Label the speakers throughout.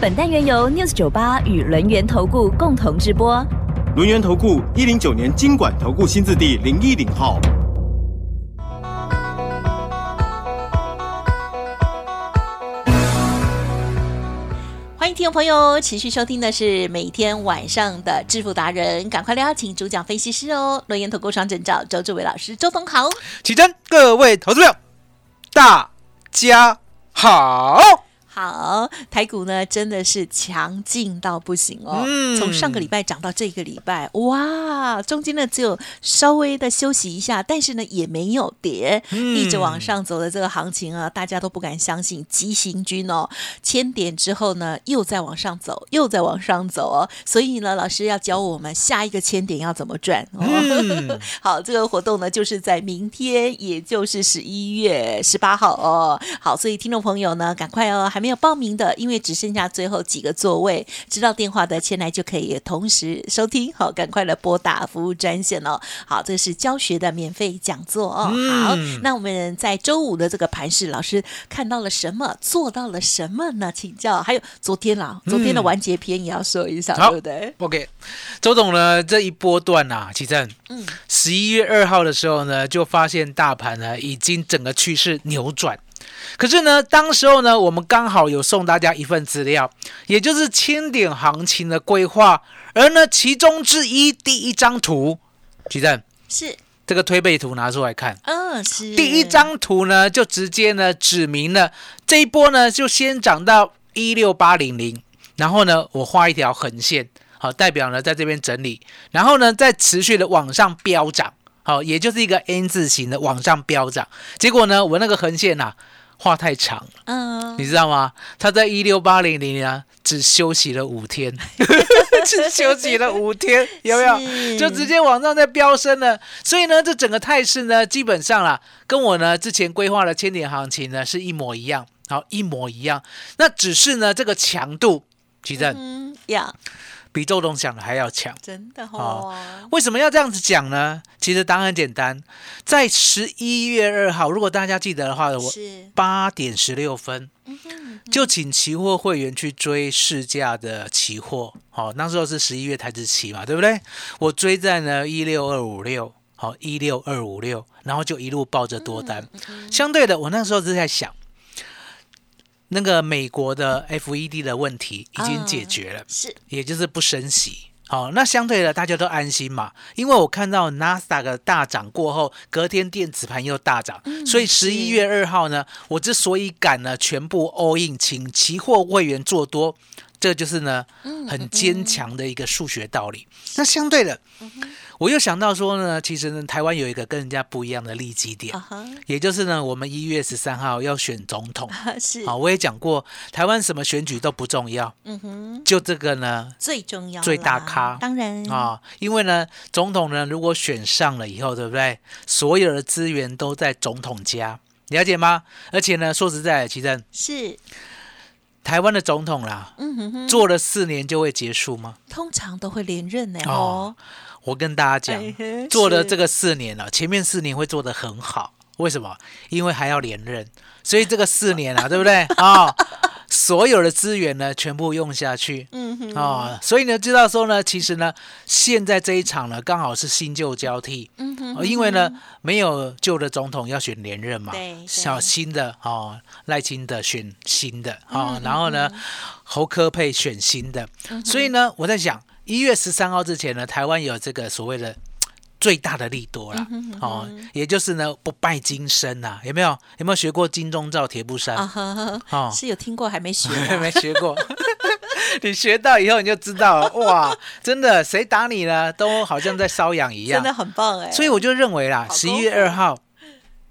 Speaker 1: 本单元由 News 九八与轮源投顾共同直播。
Speaker 2: 轮源投顾一零九年经管投顾新字第零一零号。
Speaker 3: 欢迎听众朋友持续收听的是每天晚上的致富达人，赶快邀请主讲分析师哦，轮研投顾双证照周志伟老师，周董好。
Speaker 4: 起真，各位投资朋友，大家好。
Speaker 3: 好，台股呢真的是强劲到不行哦，
Speaker 4: 嗯
Speaker 3: 从上个礼拜涨到这个礼拜，哇，中间呢只有稍微的休息一下，但是呢也没有跌，
Speaker 4: 嗯
Speaker 3: 一直往上走的这个行情啊，大家都不敢相信，急行军哦，千点之后呢又在往上走，又在往上走哦，所以呢老师要教我们下一个千点要怎么赚哦。
Speaker 4: 嗯
Speaker 3: 好，这个活动呢，就是在明天，也就是十一月十八号哦。好，所以听众朋友呢，赶快哦，还没有报名的，因为只剩下最后几个座位，知道电话的前来就可以同时收听。好，赶快来拨打服务专线哦。好，这是教学的免费讲座哦。
Speaker 4: 嗯
Speaker 3: 好，那我们在周五的这个盘市，老师看到了什么，做到了什么呢？请教。还有昨天啦，昨天的
Speaker 4: 嗯
Speaker 3: 完结篇也要说一下，
Speaker 4: 好
Speaker 3: 对不对？
Speaker 4: OK，周董呢这一波段啊，起真，
Speaker 3: 嗯
Speaker 4: 十一月二号的时候呢，就发现大盘呢已经整个趋势扭转。可是呢，当时候呢，我们刚好有送大家一份资料，也就是千点行情的规划，而呢，其中之一第一张图，起正
Speaker 3: 是，
Speaker 4: 这个推背图拿出来看，
Speaker 3: 嗯，是
Speaker 4: 第一张图呢，就直接呢指明了这一波呢，就先涨到一六八零零，然后呢，我画一条横线，好、代表呢在这边整理，然后呢再持续的往上飙涨，好、也就是一个 N 字形的往上飙涨。结果呢，我那个横线呐、画太长了，
Speaker 3: 嗯，
Speaker 4: 你知道吗？它在一六八零零呢，只休息了 五天， 只休息了五天，有没有？
Speaker 3: 是
Speaker 4: 就直接往上在飙升了。所以呢，这整个态势呢，基本上啦，跟我呢之前规划的千点行情呢是一模一样，好一模一样。那只是呢，这个强度，其实
Speaker 3: 嗯呀，
Speaker 4: 比周董想的还要强。
Speaker 3: 真的
Speaker 4: 哦
Speaker 3: 哦，
Speaker 4: 为什么要这样子讲呢？其实答案很简单，在十一月二号，如果大家记得的话，我
Speaker 3: 是，
Speaker 4: 八点十六分
Speaker 3: 嗯哼
Speaker 4: 就请期货会员去追市价的期货，好、那时候是十一月台子期嘛，对不对？我追在呢一六二五六，好一六二五六，然后就一路抱着多单。相对的，我那时候是在想，那个美国的 FED 的问题已经解决了，
Speaker 3: 是
Speaker 4: 也就是不升息。好，那相对的大家都安心嘛，因为我看到 NASA 的大涨过后，隔天电子盘又大涨，
Speaker 3: 嗯
Speaker 4: 所以十一月二号呢，我之所以敢呢全部 all in，请期货会员做多，这就是呢
Speaker 3: 嗯
Speaker 4: 很坚强的一个数学道理。那相对的，
Speaker 3: 嗯
Speaker 4: 我又想到说呢，其实呢台湾有一个跟人家不一样的利基点
Speaker 3: 啊，哈，
Speaker 4: 也就是呢我们一月十三号要选总统。
Speaker 3: 是
Speaker 4: 好，我也讲过，台湾什么选举都不重要，
Speaker 3: 嗯哼，
Speaker 4: 就这个呢
Speaker 3: 最重要啦，
Speaker 4: 最大咖
Speaker 3: 当然
Speaker 4: 啊、因为呢，总统呢如果选上了以后，对不对？所有的资源都在总统家，了解吗？而且呢，说实在的，其实
Speaker 3: 是，
Speaker 4: 台湾的总统啦，
Speaker 3: 嗯哼哼，
Speaker 4: 做了四年就会结束吗？
Speaker 3: 通常都会连任呢，哦
Speaker 4: 哦，我跟大家
Speaker 3: 哎
Speaker 4: 讲，
Speaker 3: 嘿
Speaker 4: 做了
Speaker 3: 是
Speaker 4: 这个四年了、前面四年会做得很好，为什么？因为还要连任，所以这个四年啊，对不对？啊、 所有的资源呢，全部用下去，
Speaker 3: 嗯哼，
Speaker 4: 啊、所以呢，知道说呢，其实呢，现在这一场呢，刚好是新旧交替，
Speaker 3: 嗯哼
Speaker 4: 呃因为呢，没有旧的总统要选连任嘛
Speaker 3: 对，
Speaker 4: 小
Speaker 3: 对
Speaker 4: 新的哦，赖清德选新的
Speaker 3: 嗯
Speaker 4: 啊、然后呢，侯科佩选新的，所以呢，我在想，一月十三号之前呢，台湾有这个所谓的。最大的利多啦，
Speaker 3: 嗯
Speaker 4: 哦，也就是呢不败金身呐、有没有？有没有学过金钟罩铁布衫？
Speaker 3: 啊哈，
Speaker 4: 哦
Speaker 3: 是有听过还没 学啊，
Speaker 4: 没学过。你学到以后你就知 道了，哇，真的，谁打你呢，都好像在瘙痒一
Speaker 3: 真
Speaker 4: 样
Speaker 3: 的。很棒哎，
Speaker 4: 所以我就认为啦，
Speaker 3: 好
Speaker 4: 十
Speaker 3: 功
Speaker 4: 一
Speaker 3: 夫
Speaker 4: 月二号，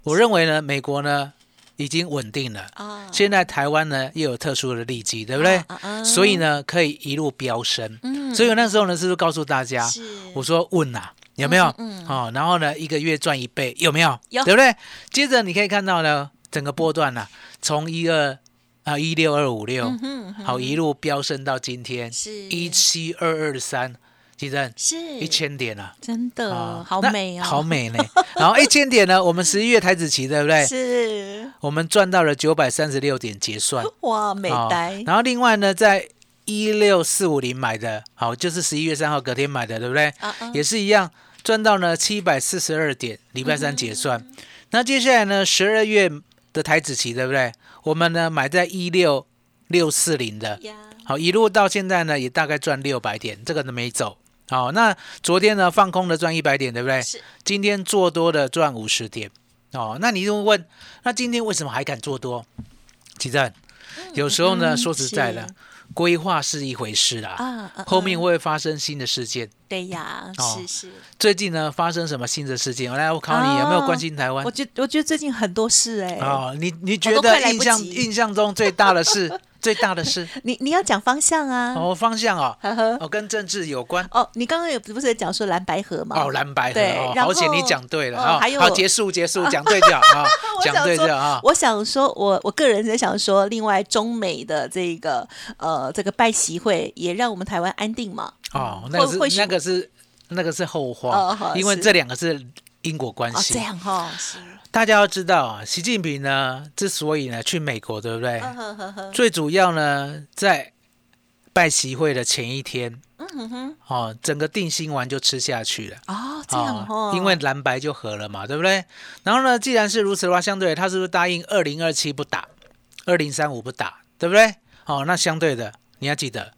Speaker 4: 我认为呢，美国呢已经稳定了。
Speaker 3: 啊
Speaker 4: 现在台湾呢又有特殊的利基，对不对？
Speaker 3: 啊啊啊
Speaker 4: 所以呢可以一路飙升。所以我那时候呢是不是告诉大家
Speaker 3: 嗯是，
Speaker 4: 我说问呐、有没有？
Speaker 3: 嗯嗯
Speaker 4: 哦，然后呢一个月赚一倍，有没有？
Speaker 3: 有
Speaker 4: 对不对？接着你可以看到呢整个波段呢、啊从一二啊一六二五六
Speaker 3: 嗯，哼哼
Speaker 4: 好一路飙升到今天
Speaker 3: 是
Speaker 4: 一七二二三，记得
Speaker 3: 是
Speaker 4: 一千点啊。
Speaker 3: 真的、
Speaker 4: 啊
Speaker 3: 好
Speaker 4: 那
Speaker 3: 美哦，
Speaker 4: 好美呢。 然后一千点呢，我们十一月台子期，对不对？
Speaker 3: 是
Speaker 4: 我们赚到了九百三十六点结算，
Speaker 3: 哇美
Speaker 4: 好
Speaker 3: 呆，
Speaker 4: 然后另外呢，在一六四五零买的，好，就是十一月三号隔天买的，对不对？
Speaker 3: 啊啊
Speaker 4: 也是一样，赚到呢七百四十二点，礼拜三结算。
Speaker 3: 嗯
Speaker 4: 那接下来呢，十二月的台子期，对不对？我们呢买在一六六四零的，
Speaker 3: 呀，
Speaker 4: 好，一路到现在呢，也大概赚六百点，这个都没走。好，那昨天呢放空的赚一百点，对不对
Speaker 3: 是？
Speaker 4: 今天做多的赚五十点。哦，那你就问，那今天为什么还敢做多？其正，有时候呢，
Speaker 3: 嗯
Speaker 4: 说实在的
Speaker 3: 是，
Speaker 4: 规划是一回事啦，
Speaker 3: 啊啊
Speaker 4: 后面会发生新的事件。
Speaker 3: 对呀，
Speaker 4: 哦
Speaker 3: 是是，
Speaker 4: 最近呢，发生什么新的事件？来，我考你，有没有关心台湾
Speaker 3: 哦我？觉我觉得最近很多事哎、
Speaker 4: 哦，你你
Speaker 3: 我
Speaker 4: 觉
Speaker 3: 都快
Speaker 4: 得
Speaker 3: 来
Speaker 4: 印
Speaker 3: 不
Speaker 4: 象
Speaker 3: 及
Speaker 4: 印象中最大 的事，最大的事
Speaker 3: 你你要讲方向啊，
Speaker 4: 哦，方向哦，
Speaker 3: 呵呵，
Speaker 4: 哦，跟政治有关。
Speaker 3: 哦，你刚刚有不是讲说蓝白河吗？
Speaker 4: 哦，蓝白
Speaker 3: 对
Speaker 4: 河，哦，
Speaker 3: 然
Speaker 4: 好险你
Speaker 3: 后
Speaker 4: 讲对了
Speaker 3: 哦
Speaker 4: 啊！
Speaker 3: 还有
Speaker 4: 好，结束结 束，讲对就好啊
Speaker 3: 我，想
Speaker 4: 讲对就
Speaker 3: 说
Speaker 4: 好啊。
Speaker 3: 我想说，我我个人在想说，另外中美的这个呃这个拜习会，也让我们台湾安定嘛。
Speaker 4: 哦，那个
Speaker 3: 或或
Speaker 4: 是
Speaker 3: 许
Speaker 4: 那个是那个是后
Speaker 3: 哦
Speaker 4: 话
Speaker 3: 好，
Speaker 4: 因为
Speaker 3: 是
Speaker 4: 这两个是因果关
Speaker 3: 哦，这
Speaker 4: 系。
Speaker 3: 样哈、是，
Speaker 4: 大家要知道啊，习近平呢之所以呢去美国，对不对？
Speaker 3: 嗯呵呵呵，
Speaker 4: 最主要呢在拜习会的前一天，
Speaker 3: 嗯哼哼，
Speaker 4: 哦，整个定心丸就吃下去了。
Speaker 3: 哦，这样哦，
Speaker 4: 啊因为蓝白就合了嘛，对不对？然后呢，既然是如此的话，相对的他是不是答应二零二七不打，二零三五不打，对不对？哦，那相对的你要记得，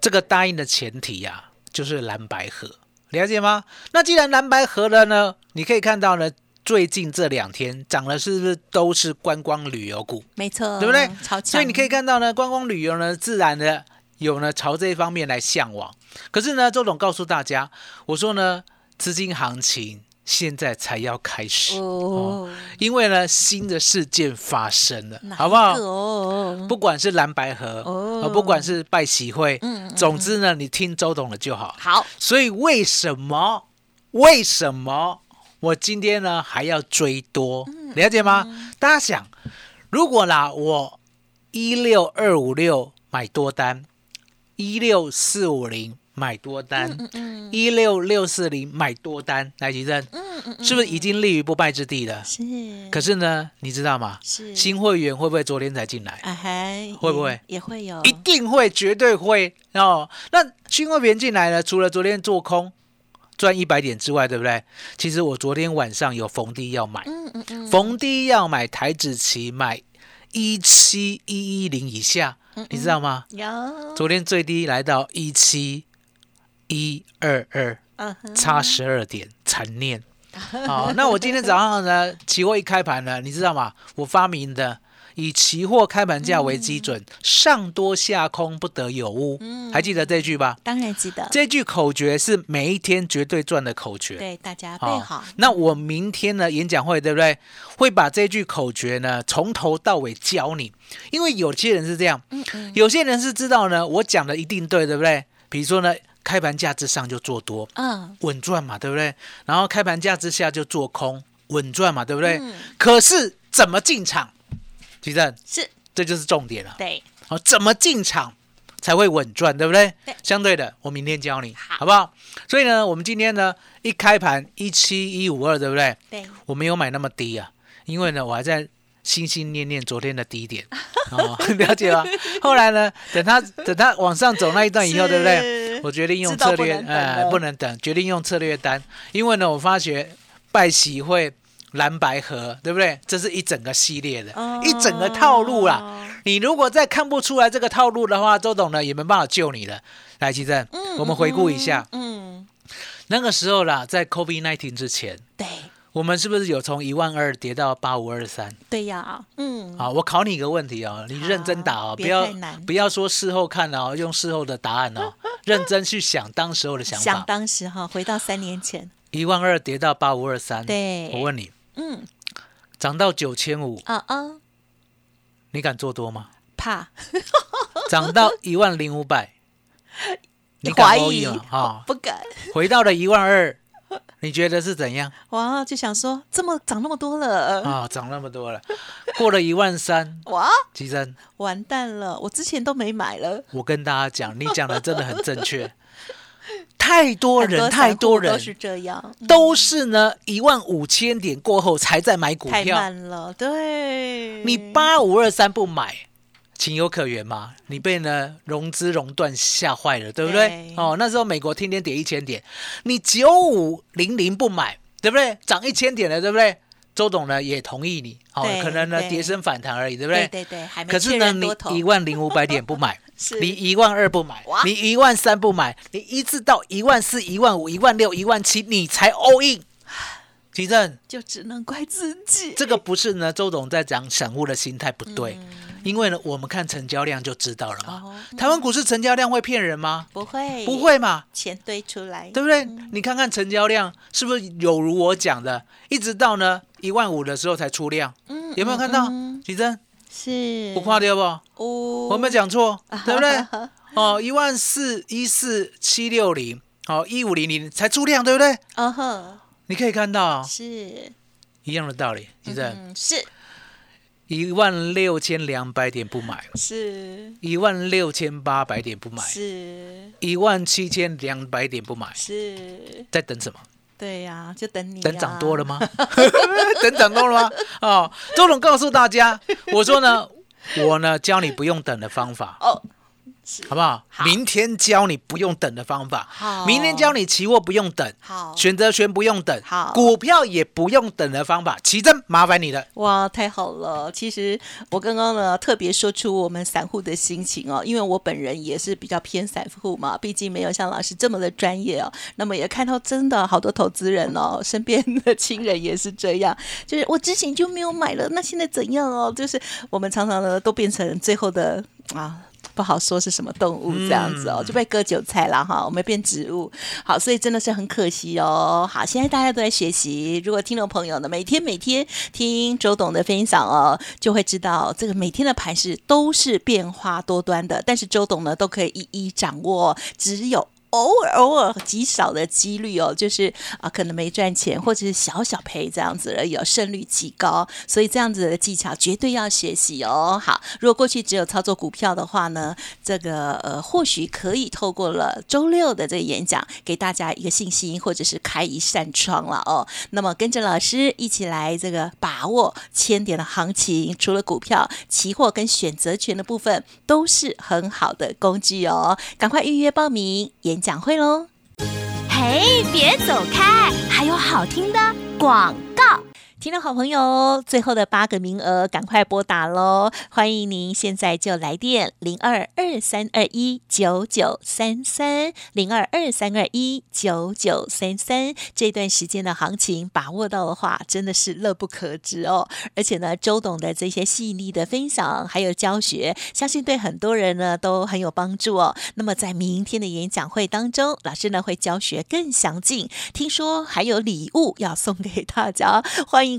Speaker 4: 这个答应的前提呀、就是蓝白合，了解吗？那既然蓝白合了呢，你可以看到呢，最近这两天涨的是不是都是观光旅游股？
Speaker 3: 没错，
Speaker 4: 对不对
Speaker 3: 超强，
Speaker 4: 啊所以你可以看到呢，观光旅游呢，自然的有呢朝这一方面来向往。可是呢，周董告诉大家，我说呢，资金行情现在才要开始，
Speaker 3: 哦，
Speaker 4: 因为呢新的事件发生了
Speaker 3: 哪，
Speaker 4: 好不好
Speaker 3: 一个？哦，
Speaker 4: 不管是蓝白河，
Speaker 3: 哦
Speaker 4: 呃不管是拜喜会，
Speaker 3: 嗯嗯
Speaker 4: 总之呢，你听周董的就好。
Speaker 3: 好，
Speaker 4: 所以为什么为什么我今天呢还要追多？
Speaker 3: 嗯
Speaker 4: 了解吗？大家想，如果啦我一六二五六买多单，一六四五零买多单，
Speaker 3: 嗯，
Speaker 4: 一六六四零买多单，来吉正，是不是已经立于不败之地了？
Speaker 3: 嗯是，
Speaker 4: 可是呢，你知道吗？
Speaker 3: 是
Speaker 4: 新会员会不会昨天才进来？
Speaker 3: 哎嗨，
Speaker 4: 会不会
Speaker 3: 也也会有
Speaker 4: 一定会，绝对会哦。那新会员进来呢，除了昨天做空赚一百点之外，对不对？其实我昨天晚上有逢低要买，
Speaker 3: 嗯嗯嗯，
Speaker 4: 逢低要买台指期，买一七一一零以下，
Speaker 3: 嗯
Speaker 4: 你知道吗？
Speaker 3: 有，
Speaker 4: 昨天最低来到一七一二二，
Speaker 3: 嗯哼，
Speaker 4: 差十二点，残念。 好，那我今天早上呢，期货一开盘呢，你知道吗？我发明的以期货开盘价为基准，
Speaker 3: 嗯
Speaker 4: 上多下空不得有误。还记得这句吧？
Speaker 3: 当然记得，
Speaker 4: 这句口诀是每一天绝对赚的口诀。
Speaker 3: 对大家背
Speaker 4: 好，
Speaker 3: 好，
Speaker 4: 那我明天呢演讲会对不对？会把这句口诀呢从头到尾教你，因为有些人是这样，
Speaker 3: 嗯
Speaker 4: 有些人是知道呢，我讲的一定对，对不对？比如说呢，开盘价之上就做多，
Speaker 3: 嗯，
Speaker 4: 稳赚嘛，对不对？然后开盘价之下就做空，稳赚嘛，对不
Speaker 3: 嗯
Speaker 4: 对？可是怎么进场？吉正，
Speaker 3: 是
Speaker 4: 这就是重点了。
Speaker 3: 对，
Speaker 4: 好、怎么进场才会稳赚，对不对？
Speaker 3: 对
Speaker 4: 相对的，我明天教你，
Speaker 3: 好
Speaker 4: 好不好？所以呢，我们今天呢，一开盘一七一五二，对不对？
Speaker 3: 对，
Speaker 4: 我没有买那么低啊，因为呢，我还在心心念念昨天的低点，哦， 了解 吗？后来呢，等它等它往上走那一段以后，
Speaker 3: 是
Speaker 4: 对不对？我决定用策略
Speaker 3: 知道不能，等了
Speaker 4: 呃，不能等，决定用策略单，因为呢，我发觉拜喜会。蓝白河，对不对？这是一整个系列的，
Speaker 3: 哦
Speaker 4: 一整个套路啦。你如果再看不出来这个套路的话，周董呢也没办法救你了。来，吉正，我们回顾一下，
Speaker 3: 嗯，
Speaker 4: 那个时候啦，在 COVID 1 9之前，
Speaker 3: 对，
Speaker 4: 我们是不是有从一万二跌到八五二三？
Speaker 3: 对呀，嗯，
Speaker 4: 好，我考你一个问题哦，你认真答
Speaker 3: 好
Speaker 4: 哦，不
Speaker 3: 别
Speaker 4: 要
Speaker 3: 太难
Speaker 4: 不要说事后看哦，用事后的答案 哦，认真去想当时候的想
Speaker 3: 想
Speaker 4: 法。
Speaker 3: 当 时哈，回到三年前，
Speaker 4: 一万二跌到八五二三，
Speaker 3: 对
Speaker 4: 我问你，
Speaker 3: 嗯，
Speaker 4: 涨到九千五，
Speaker 3: 啊
Speaker 4: 嗯
Speaker 3: 啊，
Speaker 4: 你敢做多 吗？
Speaker 3: 怕
Speaker 4: 涨到一万零 五百，你敢
Speaker 3: 怀
Speaker 4: all
Speaker 3: 疑
Speaker 4: in 吗？哈、
Speaker 3: 不敢
Speaker 4: 回到了一万二，你觉得是怎样
Speaker 3: 哇，就想说这么涨那么多了，
Speaker 4: 啊？涨那么多了，过了一万三，
Speaker 3: 哇，
Speaker 4: 吉珍，
Speaker 3: 完蛋了，我之前都没买了，
Speaker 4: 我跟大家讲，你讲的真的很正确，太多
Speaker 3: 很
Speaker 4: 人，
Speaker 3: 散
Speaker 4: 太
Speaker 3: 户
Speaker 4: 多
Speaker 3: 都
Speaker 4: 人
Speaker 3: 是这样，嗯
Speaker 4: 都是呢，一万五千点过后才在买股
Speaker 3: 太
Speaker 4: 票，
Speaker 3: 慢了，对，
Speaker 4: 你八五二三不买，情有可原嘛？你被呢融资熔断吓坏了，对不对？
Speaker 3: 对
Speaker 4: 哦，那时候美国天天跌一千点，你九五零零不买，对不对？涨一千点了，对不对？周董呢也同意你，哦
Speaker 3: 对，
Speaker 4: 可能呢
Speaker 3: 对
Speaker 4: 跌升反弹而已，对不
Speaker 3: 对对对，还没
Speaker 4: 可
Speaker 3: 确
Speaker 4: 是呢，
Speaker 3: 认
Speaker 4: 你
Speaker 3: 多头
Speaker 4: 一万零五百点不买
Speaker 3: 是，
Speaker 4: 你一万二不买
Speaker 3: 哇，
Speaker 4: 你一万三不买，你一直到一万四、一万五、一万六、一万七，你才 all in。奇正，
Speaker 3: 就只能怪自己，
Speaker 4: 这个不是呢，周董在讲散户的心态不对，因为呢，我们看成交量就知道了嘛。
Speaker 3: 嗯哦嗯
Speaker 4: 台湾股市成交量会骗人吗？
Speaker 3: 不会
Speaker 4: 不会嘛，
Speaker 3: 钱堆出来，
Speaker 4: 对不对？你看看成交量是不是有如我讲的，一直到呢一万五的时候才出量，
Speaker 3: 嗯
Speaker 4: 有没有看到
Speaker 3: 嗯嗯？嗯
Speaker 4: 奇正，
Speaker 3: 是
Speaker 4: 我夸掉不？
Speaker 3: 哦
Speaker 4: 我没有讲错，
Speaker 3: 嗯
Speaker 4: 对不 对？哦，一万四一四七六零，哦，一五零零才出量，对不对？
Speaker 3: 哦呵，
Speaker 4: 你可以看到
Speaker 3: 是，
Speaker 4: 一样的道理，你在
Speaker 3: 嗯，是
Speaker 4: 一万六千两百点不买，
Speaker 3: 是
Speaker 4: 一万六千八百点不买，
Speaker 3: 是
Speaker 4: 一万七千两百点不买，
Speaker 3: 是，
Speaker 4: 在等什么？
Speaker 3: 对呀，就等你
Speaker 4: 等涨多了
Speaker 3: 呀
Speaker 4: 吗？ 等涨多了吗？哦，周总告诉大家，我说呢，我呢教你不用等的方法，
Speaker 3: 哦，
Speaker 4: 好不好？
Speaker 3: 好
Speaker 4: 明天教你不用等的方法，
Speaker 3: 好
Speaker 4: 明天教你期货不用等，
Speaker 3: 好
Speaker 4: 选择权不用等，
Speaker 3: 好
Speaker 4: 股票也不用等的方法，奇珍麻烦你了。
Speaker 3: 哇，太好了！其实我刚刚呢特别说出我们散户的心情哦，因为我本人也是比较偏散户嘛，毕竟没有像老师这么的专业哦。那么也看到真的好多投资人哦， 身边的亲人也是这样，哦就是我之前就没有买了，那现在怎样哦？就是我们常常呢都变成最后的啊。不好说是什么动物这样子哦，就被割韭菜了哈，我们变植物。好，所以真的是很可惜哦。好，现在大家都在学习，如果听众朋友呢每天每天听周董的分享哦，就会知道这个每天的盘势都是变化多端的，但是周董呢都可以一一掌握，只有。偶尔偶尔极少的几率哦，就是啊，可能没赚钱，或者是小小赔这样子而已哦，胜率极高，所以这样子的技巧绝对要学习哦。好，如果过去只有操作股票的话呢，这个呃，或许可以透过了周六的这个演讲，给大家一个信心，或者是开一扇窗了哦。那么跟着老师一起来这个把握千点的行情，除了股票、期货跟选择权的部分，都是很好的工具哦。赶快预约报名演讲会喽！
Speaker 1: 嘿，别走开，还有好听的广告。
Speaker 3: 听众好朋友，最后的八个名额，赶快拨打喽！欢迎您现在就来电零二二三二一九九三三零二二三二一九九三三。这段时间的行情把握到的话，真的是乐不可支哦！而且呢，周董的这些细腻的分享还有教学，相信对很多人呢都很有帮助哦。那么在明天的演讲会当中，老师呢会教学更详尽，听说还有礼物要送给大家， 欢迎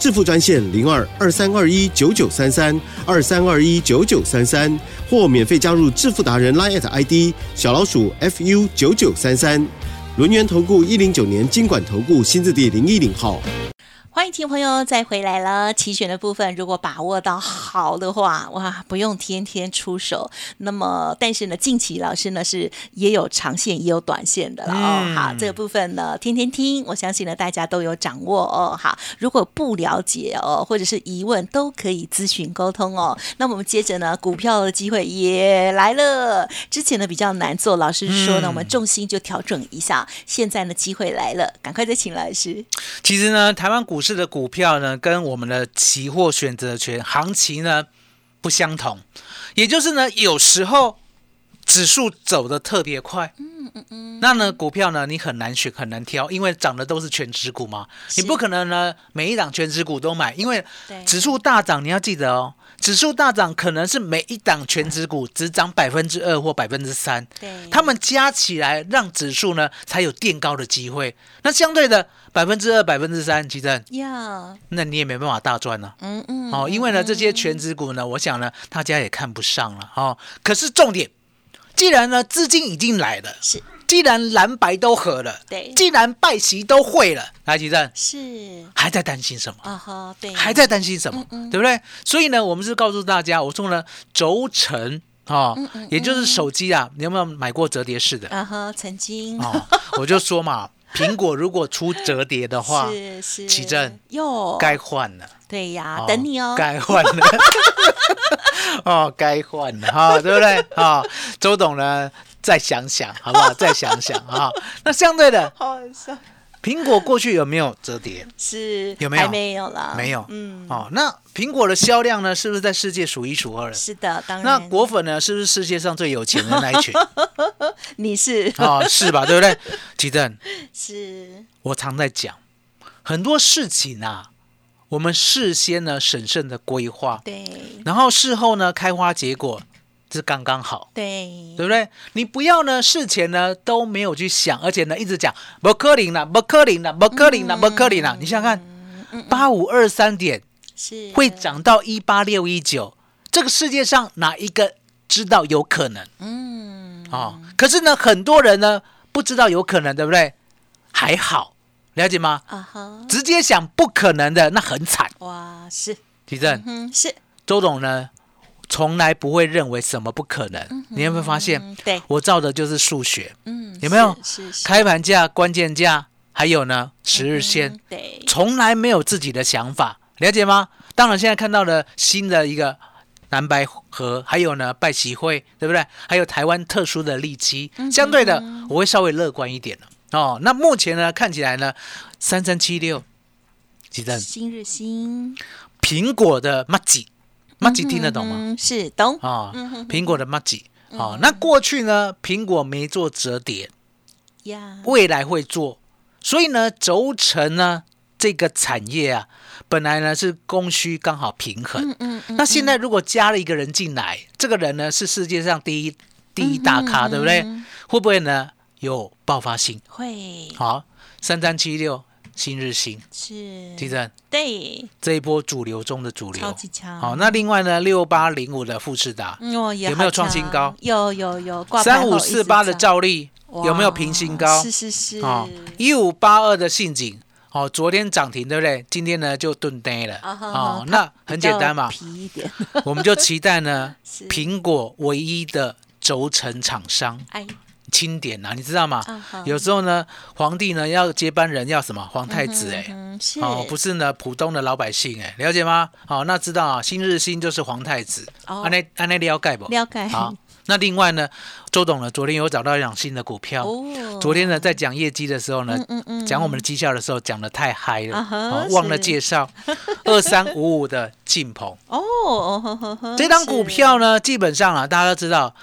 Speaker 2: 致富专线零二二三二一九九三三二三二一九九三三，或免费加入致富达人 Line at ID 小老鼠 fu 九九三三。轮源投顾一零九年经管投顾新字第零一零号。
Speaker 3: 欢迎听众朋友再回来了。期选的部分如果把握到好的话，哇，不用天天出手。那么，但是呢，近期老师呢是也有长线也有短线的了、哦。
Speaker 4: 嗯
Speaker 3: 好，这个部分呢，天天听，我相信呢大家都有掌握哦。好，如果不了解哦，或者是疑问，都可以咨询沟通哦。那么我们接着呢，股票的机会也来了。之前呢比较难做，老师说呢，
Speaker 4: 嗯
Speaker 3: 我们重心就调整一下。现在呢，机会来了，赶快再请老师。
Speaker 4: 其实呢，台湾股市的股票呢，跟我们的期货选择权行情呢，不相同，也就是呢，有时候指数走的特别快，嗯嗯嗯，那呢股票呢你很难选很难挑，因为涨的都是全指股嘛，
Speaker 3: 是
Speaker 4: 你不可能呢每一档全指股都买，因为
Speaker 3: 对
Speaker 4: 指数大涨你要记得哦。指数大涨可能是每一档全指股只涨百分之二或百分之三，
Speaker 3: 对
Speaker 4: 他们加起来让指数呢才有垫高的机会。那相对的百分之二、百分之三，其正，
Speaker 3: 呀，
Speaker 4: 那你也没办法大赚了、
Speaker 3: 嗯嗯，
Speaker 4: 哦，因为呢这些全指股呢，我想呢大家也看不上了哦。可是重点，既然呢资金已经来了，
Speaker 3: 是
Speaker 4: 既然蓝白都合了，
Speaker 3: 对
Speaker 4: 既然拜席都会了，来，吉正
Speaker 3: 是
Speaker 4: 还在担心什么？
Speaker 3: 啊哈，对，嗯
Speaker 4: 还在担心什么？对不对？所以呢，我们是告诉大家，我说呢轴承哦，
Speaker 3: 嗯
Speaker 4: 也就是手机啊，你有没有买过折叠式的？
Speaker 3: 啊哈，曾经
Speaker 4: 哦，我就说嘛，苹果如果出折叠的话，
Speaker 3: 是是
Speaker 4: 奇正
Speaker 3: 哟，
Speaker 4: 该换了。
Speaker 3: 对呀
Speaker 4: 哦，
Speaker 3: 等你哦，
Speaker 4: 该换了。 哦，该换了哈、对不对？啊、周董呢，再想想好不好？再想想啊、那相对的，
Speaker 3: 好笑，
Speaker 4: 苹果过去有没有折叠？
Speaker 3: 是
Speaker 4: 有没有
Speaker 3: 还没有啦，
Speaker 4: 没有。
Speaker 3: 嗯，
Speaker 4: 哦，那苹果的销量呢，是不是在世界数一数二了？
Speaker 3: 是的，当
Speaker 4: 那
Speaker 3: 然，
Speaker 4: 果粉呢，是不是世界上最有钱的那一群？
Speaker 3: 你是
Speaker 4: 哦，是吧？对不对？奇正，
Speaker 3: 是
Speaker 4: 我常在讲，很多事情啊，我们事先呢审慎的规划，
Speaker 3: 对
Speaker 4: 然后事后呢开花结果，这刚刚好，
Speaker 3: 对
Speaker 4: 对不对？你不要呢事前呢都没有去想，而且呢一直讲不可能啦，不可能啦，不可能啦，不可能啦。你想想看，八五二三点
Speaker 3: 是
Speaker 4: 会涨到一八六一九，这个世界上哪一个知道有可能？嗯，哦，可是呢，很多人呢不知道有可能，对不对？还好，了解吗？
Speaker 3: 啊哈，
Speaker 4: 直接想不可能的，那很惨。
Speaker 3: 哇是，
Speaker 4: 提正，
Speaker 3: 嗯是，
Speaker 4: 周董呢，从来不会认为什么不可能。你有没有发现
Speaker 3: 嗯？对，
Speaker 4: 我照的就是数学，
Speaker 3: 嗯
Speaker 4: 有没有
Speaker 3: 是是是
Speaker 4: 开盘价、关键价，还有呢十日
Speaker 3: 嗯
Speaker 4: 线，
Speaker 3: 对
Speaker 4: 从来没有自己的想法，了解吗？当然，现在看到了新的一个蓝白河，还有呢拜习会，对不对？还有台湾特殊的利基，
Speaker 3: 嗯
Speaker 4: 相对的，我会稍微乐观一点了。哦，那目前呢，看起来呢，三三七六，几正
Speaker 3: 新日新
Speaker 4: 苹果的 m a g i m a g i 听得懂吗？
Speaker 3: 嗯是懂
Speaker 4: 啊，
Speaker 3: 嗯
Speaker 4: 苹果的 m a g i 啊，那过去呢，苹果没做折叠，
Speaker 3: 呀，
Speaker 4: 未来会做，所以呢，轴承呢这个产业啊，本来呢是供需刚好平衡，
Speaker 3: 嗯嗯
Speaker 4: 那现在如果加了一个人进来，这个人呢是世界上第一第一大咖，
Speaker 3: 嗯
Speaker 4: 对不对？会不会呢有爆发性？
Speaker 3: 会
Speaker 4: 好，三三七六新日新，
Speaker 3: 是
Speaker 4: 地震
Speaker 3: 对
Speaker 4: 这一波主流中的主流，
Speaker 3: 超级强
Speaker 4: 好，那另外呢六八零五的富士达，
Speaker 3: 嗯哦也
Speaker 4: 有没有
Speaker 3: 好
Speaker 4: 创
Speaker 3: 强
Speaker 4: 新高
Speaker 3: 有有有挂牌
Speaker 4: 三
Speaker 3: 后
Speaker 4: 五
Speaker 3: 一
Speaker 4: 四
Speaker 3: 直
Speaker 4: 八的
Speaker 3: 涨
Speaker 4: 照例有没有
Speaker 3: 哇
Speaker 4: 平新高？
Speaker 3: 是是是
Speaker 4: 哦，一五八二的信景，哦，昨天涨停，对不对？今天呢就钝跌了，
Speaker 3: 啊哈
Speaker 4: 哦
Speaker 3: 哈，
Speaker 4: 那很简单嘛
Speaker 3: 比，较皮一 点，
Speaker 4: 我们就期待呢
Speaker 3: 是，
Speaker 4: 苹果唯一的轴承厂商
Speaker 3: 哎，
Speaker 4: 钦点啊，你知道吗
Speaker 3: 啊哈？
Speaker 4: 有时候呢，皇帝呢要接班人要什么皇太子哎。
Speaker 3: 嗯，是，
Speaker 4: 哦，不
Speaker 3: 是，
Speaker 4: 是呢，普通的老百姓哎，了解吗？好、那知道啊，新日新就是皇太子，
Speaker 3: 哦
Speaker 4: 安内安内了解不？
Speaker 3: 了解
Speaker 4: 好，那另外呢，周董呢，昨天有找到一档新的股票，
Speaker 3: 哦
Speaker 4: 昨天呢，在讲业绩的时候呢，
Speaker 3: 嗯嗯
Speaker 4: 讲我们的绩效的时候讲的太嗨了，
Speaker 3: 啊哈
Speaker 4: 哦忘了
Speaker 3: 是
Speaker 4: 介绍二三五五的晋鹏
Speaker 3: 哦哦，呵呵呵
Speaker 4: 这档股票
Speaker 3: 呢，
Speaker 4: 呢，基本上啊，大家都知道，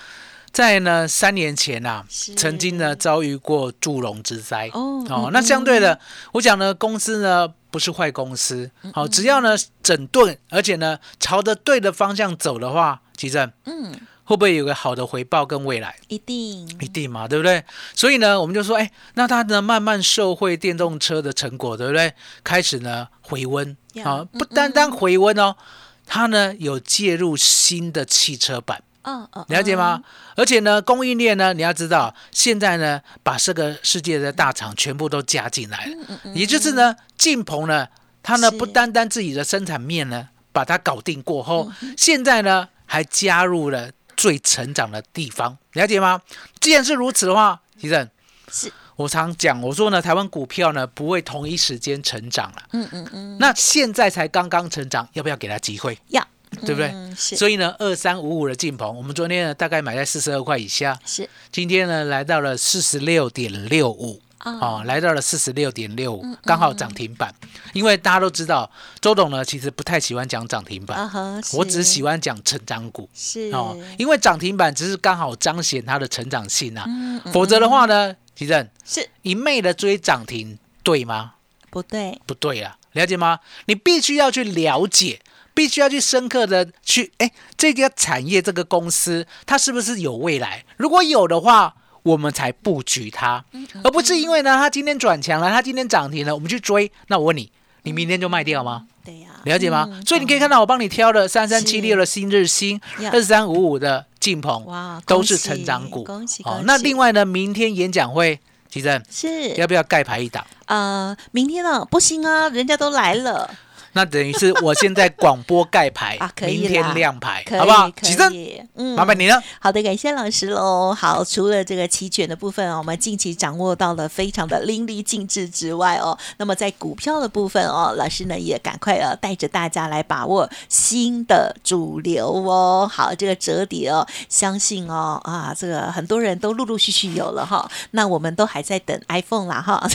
Speaker 4: 在呢三年前啊
Speaker 3: 是，
Speaker 4: 曾经呢遭遇过祝融之灾
Speaker 3: 哦嗯
Speaker 4: 那相对的，我讲呢，公司呢不是坏公司，
Speaker 3: 嗯
Speaker 4: 好、只要呢整顿，而且呢朝着对的方向走的话，其正
Speaker 3: 嗯，
Speaker 4: 会不会有个好的回报跟未来？
Speaker 3: 一定
Speaker 4: 一定嘛，对不对？所以呢，我们就说，哎，那它呢慢慢受惠电动车的成果，对不对？开始呢回温
Speaker 3: 呀
Speaker 4: 啊，
Speaker 3: 嗯
Speaker 4: 不单单回温哦，它呢有介入新的汽车版，
Speaker 3: 嗯嗯，
Speaker 4: 了解吗？而且呢，供应链呢，你要知道，现在呢把这个世界的大厂全部都加进来了，也就是呢，晋鹏呢，它呢
Speaker 3: 嗯是
Speaker 4: 不单单自己的生产面呢把它搞定过后，
Speaker 3: 嗯
Speaker 4: 现在呢还加入了最成长的地方，了解吗？既然是如此的话，其正
Speaker 3: 是
Speaker 4: 我常讲，我说呢，台湾股票呢不会同一时间成长了，
Speaker 3: 嗯，嗯嗯嗯，
Speaker 4: 那现在才刚刚成长，要不要给它机会？
Speaker 3: 呀，
Speaker 4: 对不对？
Speaker 3: 嗯是
Speaker 4: 所以呢，二三五五的进鹏，我们昨天呢大概买在四十二块以下，
Speaker 3: 是
Speaker 4: 今天呢来到了四十六点六五。
Speaker 3: 啊
Speaker 4: 哦，来到了四十六点六
Speaker 3: 嗯
Speaker 4: 五，刚好涨停板。因为大家都知道，周董呢其实不太喜欢讲涨停板，
Speaker 3: 啊哈，
Speaker 4: 我只喜
Speaker 3: 欢
Speaker 4: 欢讲成长股。
Speaker 3: 是
Speaker 4: 哦，因为涨停板只是刚好彰显它的成长性啊，
Speaker 3: 嗯
Speaker 4: 否则的话呢，其正
Speaker 3: 是
Speaker 4: 一昧的追涨停，对吗？
Speaker 3: 不对，
Speaker 4: 不对啊，了解吗？你必须要去了解，必须要去深刻的去，哎，这个产业这个公司它是不是有未来？如果有的话。我们才布局它，
Speaker 3: 嗯
Speaker 4: 而不是因为呢，它今天转强了，它今天涨停了，我们去追。那我问你，你明天就卖掉吗？
Speaker 3: 对呀，
Speaker 4: 了解吗？
Speaker 3: 嗯
Speaker 4: 所以你可以看到我帮你挑的三三七六的新日新，
Speaker 3: 呀
Speaker 4: 二三五五的晋鹏，
Speaker 3: 哇
Speaker 4: 都
Speaker 3: 恭
Speaker 4: 是
Speaker 3: 喜
Speaker 4: 成长股。
Speaker 3: 恭喜
Speaker 4: 好
Speaker 3: 恭，
Speaker 4: 那
Speaker 3: 喜
Speaker 4: 另外呢，明天演讲会，吉正
Speaker 3: 是
Speaker 4: 要不要盖牌一档？
Speaker 3: 呃，明天呢不行啊，人家都来了，
Speaker 4: 那等于是我现在广播盖牌
Speaker 3: 啊，可以
Speaker 4: 明
Speaker 3: 啦
Speaker 4: 天亮牌，
Speaker 3: 可以
Speaker 4: 哎好不好？
Speaker 3: 可
Speaker 4: 吉正，
Speaker 3: 以，嗯
Speaker 4: 麻烦你了。
Speaker 3: 好的，感谢老师喽。好，除了这个期权的部分哦，我们近期掌握到了非常的淋漓尽致之外哦，那么在股票的部分哦，老师呢也赶快呃带着大家来把握新的主流哦。好，这个折叠哦，相信哦啊，这个很多人都陆陆续续有了哈，那我们都还在等 iPhone 啦哈。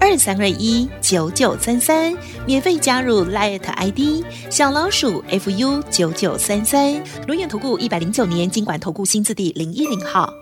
Speaker 1: 二三二一九九三三，免费加入 Light ID 小老鼠 fu 九九三三。轮源投顾一百零九年经管投顾新字第零一零号。